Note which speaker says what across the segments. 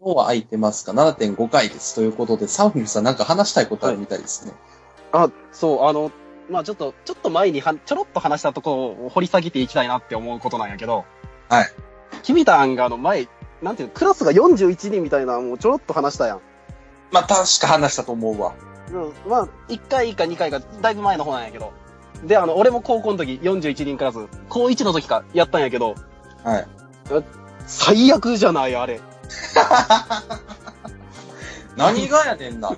Speaker 1: 今日は空いてますか ?7.5 回です。ということで、サンフィルさんなんか話したいことあるみたいですね。
Speaker 2: あ、そう、あの、まあちょっと、ちょっと前には、ちょろっと話したところを掘り下げていきたいなって思うことなんやけど。
Speaker 1: はい。
Speaker 2: 君たんがあの前、なんていうの、クラスが41人みたいな、もうちょろっと話したやん。
Speaker 1: まあ、確か話したと思うわ。
Speaker 2: うん、まあ、1回か2回か、だいぶ前の方なんやけど。で、あの、俺も高校の時41人クラス、高1の時か、やったんやけど、
Speaker 1: はい。
Speaker 2: 最悪じゃない、あれ。
Speaker 1: 何がやねんな。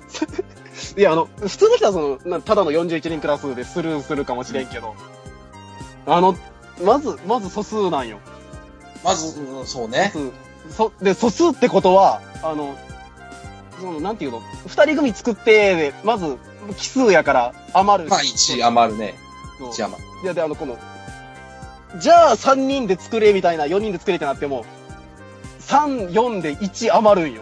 Speaker 2: いや、あの、普通の人はその、なただの41人クラスでスルーするかもしれんけど、あの、まず、まず素数なんよ。
Speaker 1: まず、うんそうね。
Speaker 2: 素数。そ、で、素数ってことは、あの、その、なんていうの、二人組作って、で、まず、奇数やから余る。
Speaker 1: まあ、1余るね。
Speaker 2: そう
Speaker 1: 1余る。
Speaker 2: いや、で、あの、この、じゃあ3人で作れみたいな、4人で作れってなっても、3、4で1余るんよ。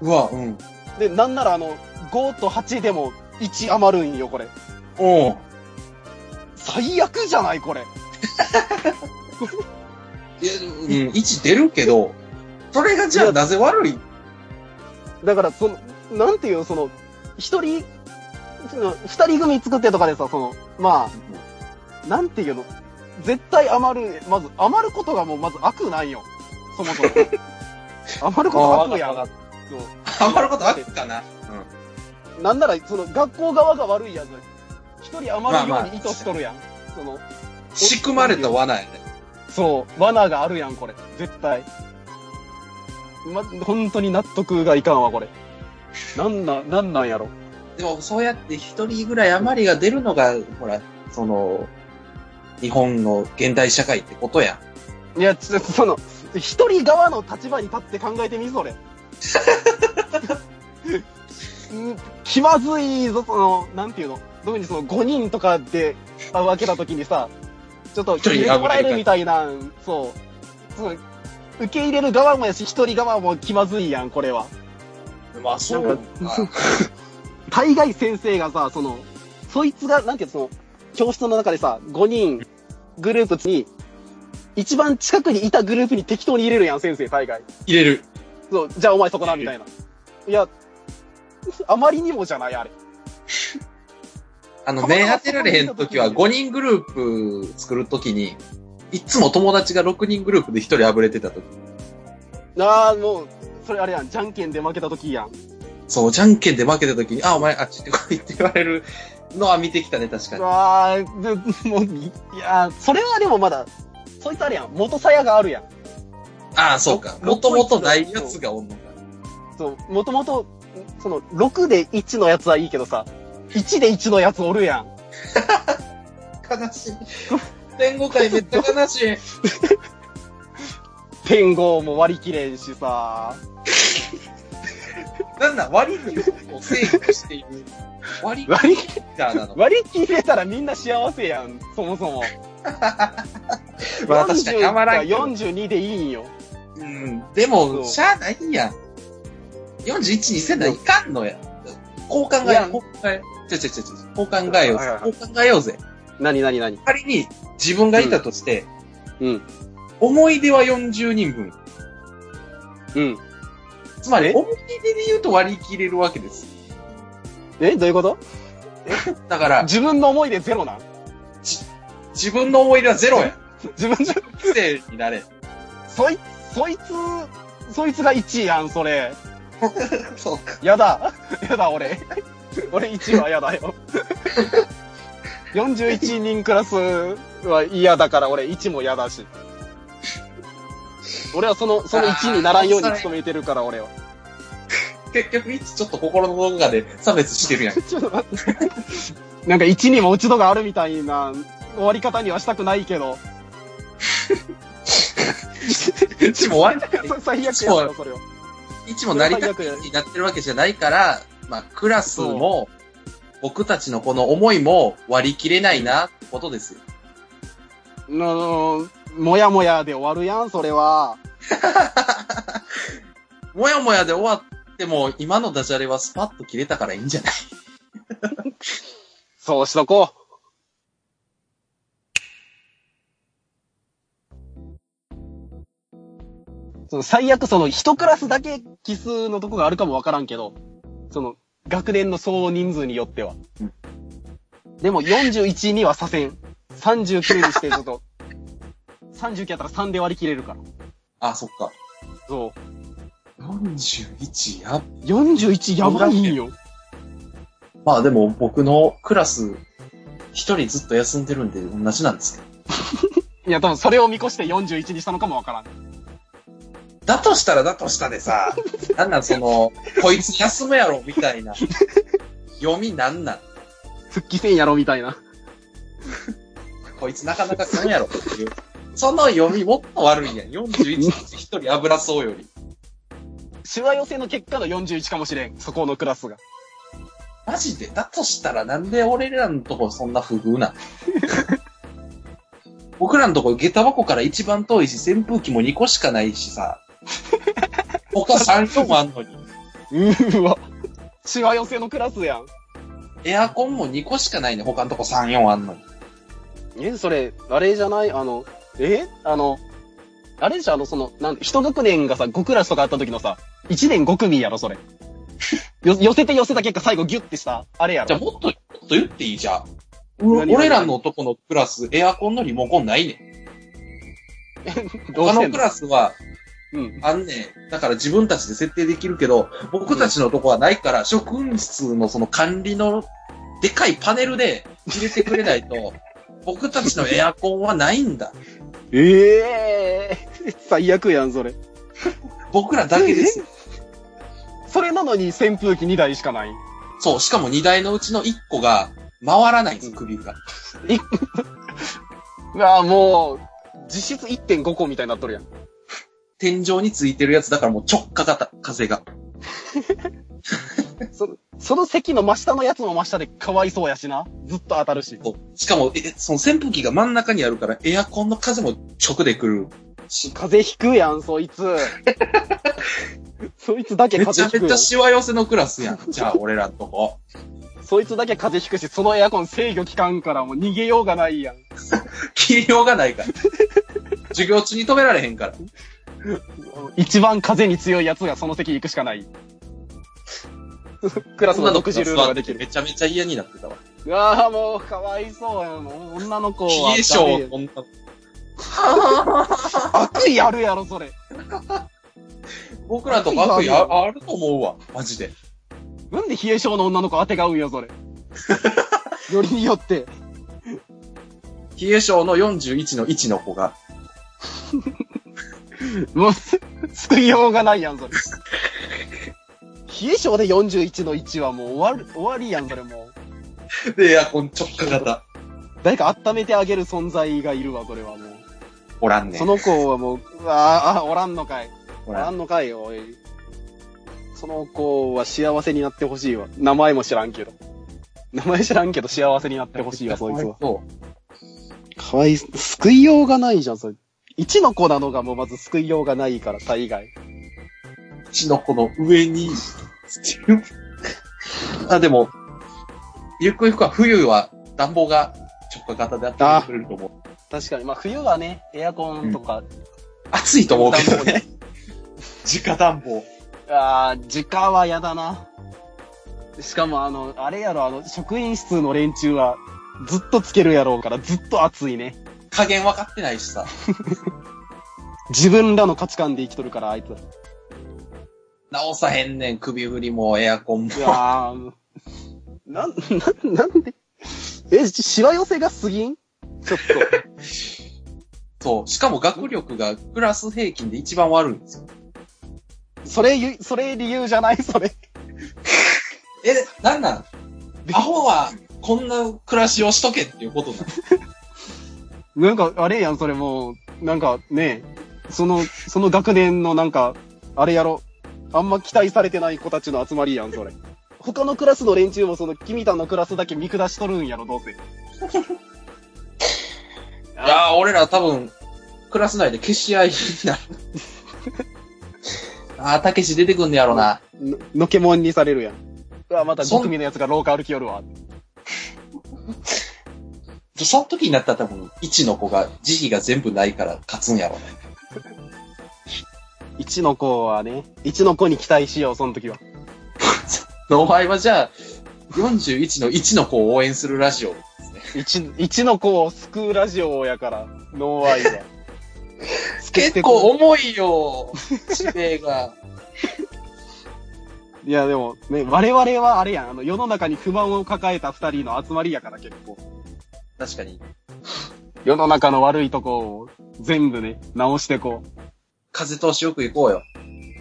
Speaker 1: うわ、うん。
Speaker 2: で、なんならあの、5と8でも1余るんよ、これ。
Speaker 1: おう
Speaker 2: 最悪じゃない、これ。
Speaker 1: いやうん、1出るけど、それがじゃあなぜ悪い
Speaker 2: だから、その、なんていうの、その、一人、その二人組作ってとかでさ、その、まあ、なんていうの、絶対余る、まず、余ることがもうまず悪なんよ。そもそも。余ること悪やん。そう
Speaker 1: 余ることあるかな。
Speaker 2: なんなら、その、学校側が悪いやつ。一人余るよ
Speaker 1: まあ
Speaker 2: う
Speaker 1: まあ
Speaker 2: に意図しとるやん。その、
Speaker 1: 仕組まれた罠やね。
Speaker 2: そう、罠があるやん、これ。絶対。ま、本当に納得がいかんわ、これ。なんな、なんなんやろ。
Speaker 1: でも、そうやって一人ぐらい余りが出るのが、ほら、その、日本の現代社会ってことやん。
Speaker 2: いや、ちょっとその、一人側の立場に立って考えてみ、それ。うん 気まずいぞ、その、なんていうの。特にその5人とかで会うわけたときにさ、ちょっと
Speaker 1: 一人
Speaker 2: 入れてもらえるみたいな、そう。その受け入れる側もやし、一人側も気まずいやん、これは。
Speaker 1: まあ、そ
Speaker 2: なん
Speaker 1: うか。
Speaker 2: 大概先生がさ、その、そいつが、なんていうの、その、教室の中でさ、5人グループに、一番近くにいたグループに適当に入れるやん、先生、大概。
Speaker 1: 入れる。
Speaker 2: そう、じゃあお前そこな、みたいな。いや、あまりにもじゃない、あれ。
Speaker 1: あの、目当てられへんときは5人グループ作るときに、いつも友達が6人グループで1人あぶれてたとき。
Speaker 2: ああ、もう、それあれやん、じゃんけんで負けた時やん。
Speaker 1: そう、じゃんけんで負けたときに、あ、お前あっち行ってこいって言われるのは見てきたね、確かに。
Speaker 2: ああ、でもう、いやー、それはでもまだ、そいつあれやん、元さやがあるやん。
Speaker 1: ああ、そうか。もともとないやつがおんのか。
Speaker 2: そう、もともと、その、6で1のやつはいいけどさ、1で1のやつおるやん。
Speaker 1: 悲しい。天5回めっちゃ悲しい。
Speaker 2: 天号も割り切れんしさ、
Speaker 1: なんだ、割り切ることを制御している。割り切
Speaker 2: 割り切れ、
Speaker 1: りなの。
Speaker 2: 割り切れたらみんな幸せやん、そもそも。
Speaker 1: まあ確かに、あまらんけど。
Speaker 2: 42でいいんよ。
Speaker 1: うん、でも、しゃあないやん。41にせないかんのや。こう考え
Speaker 2: いや
Speaker 1: よう、こう考えよう。ちょちょちょちょ、こう考えよう
Speaker 2: はいはいは
Speaker 1: ぜ。こう考えようぜ。
Speaker 2: なになになに
Speaker 1: 仮に自分がいたとして、
Speaker 2: うん。
Speaker 1: 思い出は40人分。
Speaker 2: うん。
Speaker 1: つまり、
Speaker 2: え
Speaker 1: 思い出で言うと割り切れるわけです。
Speaker 2: えどういうこと
Speaker 1: だから、
Speaker 2: 自分の思い出ゼロなん
Speaker 1: 自分の思い出はゼロや。
Speaker 2: 自分じゃ、
Speaker 1: 不正にな れ。
Speaker 2: そい、そいつ、そいつが1位やん、それ。
Speaker 1: そうか。
Speaker 2: やだ。 やだ、俺。俺1位はやだよ。41人クラスは嫌だから、俺1も嫌だし。俺はその、その1にならんように努めてるから、俺は。
Speaker 1: 結局、いつちょっと心のどこかで差別して るやん。
Speaker 2: ちょっと待って。なんか1にも落ち度があるみたいな終わり方にはしたくないけど。
Speaker 1: うちも割り
Speaker 2: そ最悪や
Speaker 1: そ
Speaker 2: な、それは。
Speaker 1: 一もなりたくになってるわけじゃないから、まあ、クラスも、僕たちのこの思いも割り切れないな、ってことですよ。
Speaker 2: あのー、もやもやで終わるやん、それは。
Speaker 1: もやもやで終わっても、今のダジャレはスパッと切れたからいいんじゃない
Speaker 2: そうしとこう。その最悪その一クラスだけ奇数のとこがあるかもわからんけど、その学年の総人数によっては
Speaker 1: う。
Speaker 2: でも41には左遷。39にしてちょっと、39やったら3で割り切れるから。
Speaker 1: あ、そっか。
Speaker 2: そ
Speaker 1: 41やっ
Speaker 2: う。41やばいんよ。
Speaker 1: まあでも僕のクラス、一人ずっと休んでるんで同じなんですけど。
Speaker 2: いや、多分それを見越して41にしたのかもわからん。
Speaker 1: だとしたらだとしたで さ、なんなんその、こいつ休むやろみたいな。読みなんなん
Speaker 2: 復帰せんやろみたいな。
Speaker 1: こいつなかなか来んやろっていう。その読みもっと悪いやん。41日一人油そうより。
Speaker 2: 手話予選の結果の41かもしれん。そこのクラスが。
Speaker 1: マジでだとしたらなんで俺らのとこそんな不遇なん 僕らのとこ下駄箱から一番遠いし、扇風機も2個しかないしさ。他3、4あんのに。
Speaker 2: うーわ。手話予選のクラスやん。
Speaker 1: エアコンも2個しかないね。他のとこ3、4あんのに。
Speaker 2: え、それ、あれじゃないあの、えあの、あれでしょあの、その、なん、一学年がさ、5クラスとかあった時のさ、1年5組やろ、それ。 よ、寄せて寄せた結果最後ギュッてした、あれや
Speaker 1: じゃあ
Speaker 2: ろ。
Speaker 1: もっと、もっと言っていいじゃん。
Speaker 2: 何
Speaker 1: 俺らのとこのクラス、エアコンのリモコンないねん。
Speaker 2: どう
Speaker 1: 他
Speaker 2: して
Speaker 1: の
Speaker 2: ん
Speaker 1: ク
Speaker 2: の
Speaker 1: ラスは
Speaker 2: うん。
Speaker 1: あんねん。だから自分たちで設定できるけど、僕たちのとこはないから、職員室のその管理のでかいパネルで入れてくれないと、僕たちのエアコンはないんだ。
Speaker 2: ええー、最悪やん、それ。
Speaker 1: 僕らだけですよ。
Speaker 2: それなのに扇風機2台しかない。
Speaker 1: そう、しかも荷台のうちの1個が回らないんです、首が。
Speaker 2: うわあもう、実質1.5個みたいになっとるやん。
Speaker 1: 天井についてるやつだからもう直下型、風が。
Speaker 2: その、その席の真下のやつも真下でかわいそうやしな。ずっと当たるし。
Speaker 1: そうしかも、え、その扇風機が真ん中にあるから、エアコンの風も直で来る。
Speaker 2: 風邪ひくやん、そいつ。 そいつだけ
Speaker 1: めち
Speaker 2: 風
Speaker 1: ゃ
Speaker 2: 邪ひく
Speaker 1: めちゃ
Speaker 2: やん。
Speaker 1: しわ寄せのクラスやん。じゃあ、俺らのとこ。
Speaker 2: そいつだけ風邪ひくし、そのエアコン制御期間からもう逃げようがないやん。
Speaker 1: 切りようが ないから。授業中に止められへんから。
Speaker 2: 一番風に強いやつがその席行くしかない。 クラスの独自ルールができる。
Speaker 1: めちゃめちゃ嫌になってたわ。
Speaker 2: うわあ、もう、かわいそうやん。もう女の子は
Speaker 1: 冷え
Speaker 2: ダメ
Speaker 1: 性
Speaker 2: や、
Speaker 1: こんな。
Speaker 2: 悪意あるやろ、それ。
Speaker 1: 僕らのとこ悪意ああると思うわ。マジで。
Speaker 2: なんで冷え性の女の子当てがうんよ、 それ。よりによって。
Speaker 1: 冷え性の41の1の子が、
Speaker 2: もう、す救いようがないやん、それ。冷え性で41の1はもう終わる、終わりやん、それもう。
Speaker 1: で、エアコン直下型。
Speaker 2: 誰か温めてあげる存在がいるわ、それはもう。
Speaker 1: おらんねん。
Speaker 2: その子はもう、うわあ、あ、おらんのかい。
Speaker 1: お
Speaker 2: お
Speaker 1: ら
Speaker 2: ら
Speaker 1: ん。
Speaker 2: んのかい、おい。その子は幸せになってほしいわ。名前も知らんけど。名前知らんけど幸せになってほしいわ、そいつは。
Speaker 1: そ
Speaker 2: かわいそう、救いようがないじゃん、それ。一の子なのがもうまず救いようがないから、大概。
Speaker 1: う。1の子の上 に、あ、でも、ゆくゆくは冬は暖房が直下型であってくれると思う。
Speaker 2: 確かに。まあ、冬はね、エアコンとか、
Speaker 1: 暑いと思うけどね。 直暖房。
Speaker 2: あー、時間は嫌だな。しかも、あの、あれやろ、あの、職員室の連中は、ずっとつけるやろうから、ずっと暑いね。
Speaker 1: 加減分かってないしさ。
Speaker 2: 自分らの価値観で生きとるから、あいつら。
Speaker 1: 直さへんねん、首振りもエアコンも。
Speaker 2: いや ー、なん、なん、なんでえ、ししわ寄せがすぎんちょっ
Speaker 1: そう。しかも学力がクラス平均で一番悪いんですよ。
Speaker 2: と。それゆ、それ理由じゃないそれ。
Speaker 1: え、なんなんアホはこんな暮らしをしとけっていうことなの
Speaker 2: なんか、あれやん、それもう、なんかね、その、その学年のなんか、あれやろ、あんま期待されてない子たちの集まりやん、それ。他のクラスの連中もその、君たんのクラスだけ見下しとるんやろ、どうせ。
Speaker 1: いやー、俺ら多分、クラス内で消し合いに なる。あー、たけし出てくんねやろな。
Speaker 2: ののけもんにされるやん。うわ、また
Speaker 1: そん
Speaker 2: 5組のやつが廊下歩きよるわ。
Speaker 1: でその時になったら多分、1の子が、慈悲が全部ないから勝つんやろね。
Speaker 2: 一一の子はね、一の子に期待しよう、その時は。
Speaker 1: お前はじゃあ、41の1の子を応援するラジオ。
Speaker 2: 一、一の子を救うラジオやから、ノーアイは。
Speaker 1: 結構重い よ、指名が。
Speaker 2: いや、でも、ね、我々はあれやん、あの、世の中に不満を抱えた二人の集まりやから結構。
Speaker 1: 確かに。
Speaker 2: 世の中の悪いとこを全部ね、直してこう。
Speaker 1: 風通しよく行こうよ。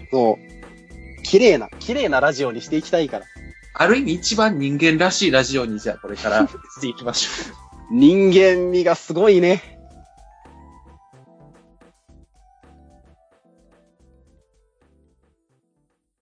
Speaker 2: そう。綺麗な、綺麗なラジオにしていきたいから。
Speaker 1: ある意味一番 人間らしいラジオにじゃあこれからしていきましょう。
Speaker 2: 人間味がすごいね。